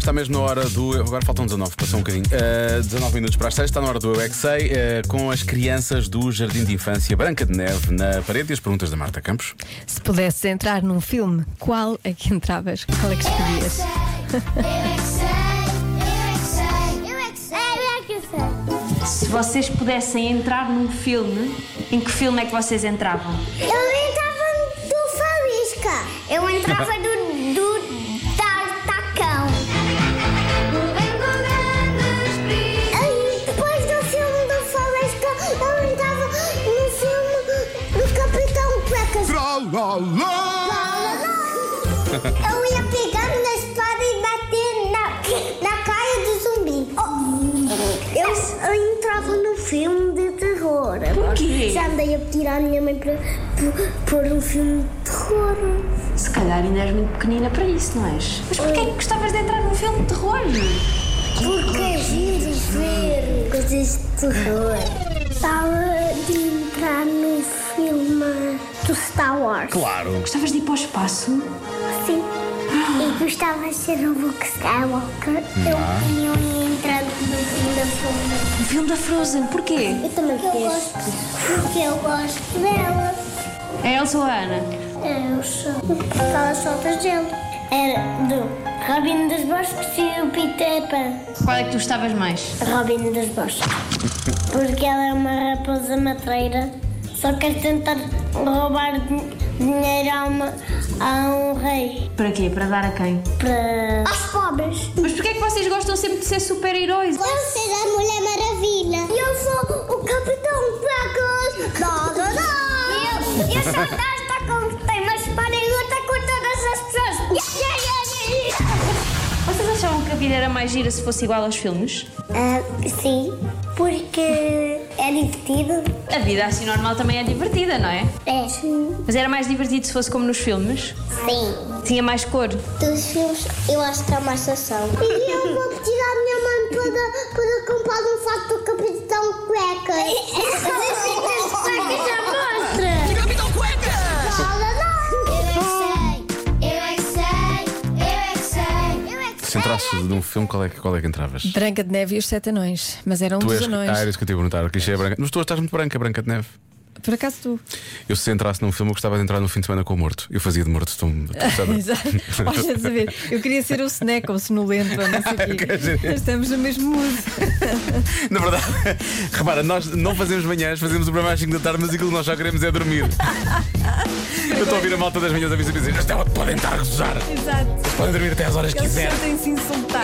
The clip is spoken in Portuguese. está mesmo na hora do. Agora faltam 19, passou um bocadinho. Uh, 19 minutos para as 6, está na hora do Eu é Que Sei, uh, com as crianças do Jardim de Infância Branca de Neve na parede e as perguntas da Marta Campos. Se pudesse entrar num filme, qual é que entravas? Qual é que escolhias? Se vocês pudessem entrar num filme, em que filme é que vocês entravam? Eu entrava do Fabisca. Eu entrava do, do Tartacão. E depois do filme do Fabisca, eu entrava no filme do Capitão Cuecas. Eu ia pegar na espada e bater na, na cara do zumbi. Eu, eu entrava no filme de terror. Por quê? Já andei a pedir à minha mãe para pôr um filme de terror. Se calhar ainda és muito pequenina para isso, não és? Mas porquê é que gostavas de entrar num filme de terror? Porque é lindo ver coisas de terror. Estava de entrar no filme do Star Wars. Claro. Gostavas de ir para o espaço? Sim. E gostava de ser o Luke Skywalker. Eu ia entrando no filme da Funda. Um filme da Frozen, porquê? Eu também porque eu gosto. Porque eu gosto dela. É É, A Elsa ou a Ana? Eu sou. Porque ela solta gelo. Era do Robin dos Bosques e o Peter Pan. Qual é que tu gostavas mais? Robin dos Bosques. Porque ela é uma raposa matreira. Só quer tentar roubar din- dinheiro a, uma- a um rei. Para quê? Para dar a quem? Para... Aos pobres. Mas porquê é que vocês gostam sempre de ser super-heróis? Eu ser a Mulher Maravilha. Eu sou o Capitão Placas. Dó, dó, dó. Eu, eu sou a Tasta com que tem uma espada e luta com todas as pessoas. Yeah, yeah, Vocês achavam que a vida era mais gira se fosse igual aos filmes? Ah, sim, porque é divertido. A vida assim normal também é divertida, não é? É. Sim. Mas era mais divertido se fosse como nos filmes? Tinha mais cor? Dos filmes, eu acho que é uma estação. E eu vou pedir à minha mãe para, para comprar um fato do Capitão Cuecas. As fitas cuecas já mostra. Capitão Cueca! é é Se entrasses num filme, qual é que, qual é que entravas? Branca de Neve e os Sete Anões. Mas era um Tu dos és. anões. Ah, era isso que eu te ia perguntar. O clichê é branca. Mas tu estás muito branca, branca de neve. Por acaso tu? Eu se entrasse num filme, eu gostava de entrar no fim de semana com o morto. Eu fazia de morto. Tu, tu sabes? Exato. Olha, de saber. Eu queria ser o Snack ou o Sonolento ou não sei o quê. Estamos no mesmo mundo. Na verdade, repara, nós não fazemos manhãs, fazemos o programa às 5 da tarde, mas aquilo que nós só queremos é dormir. Eu estou a ouvir a malta das manhãs a dizer, dizer, "Esta é onde podem estar a gozar. Exato. Podem dormir até às horas que Eles quiserem. sentem-se insultados.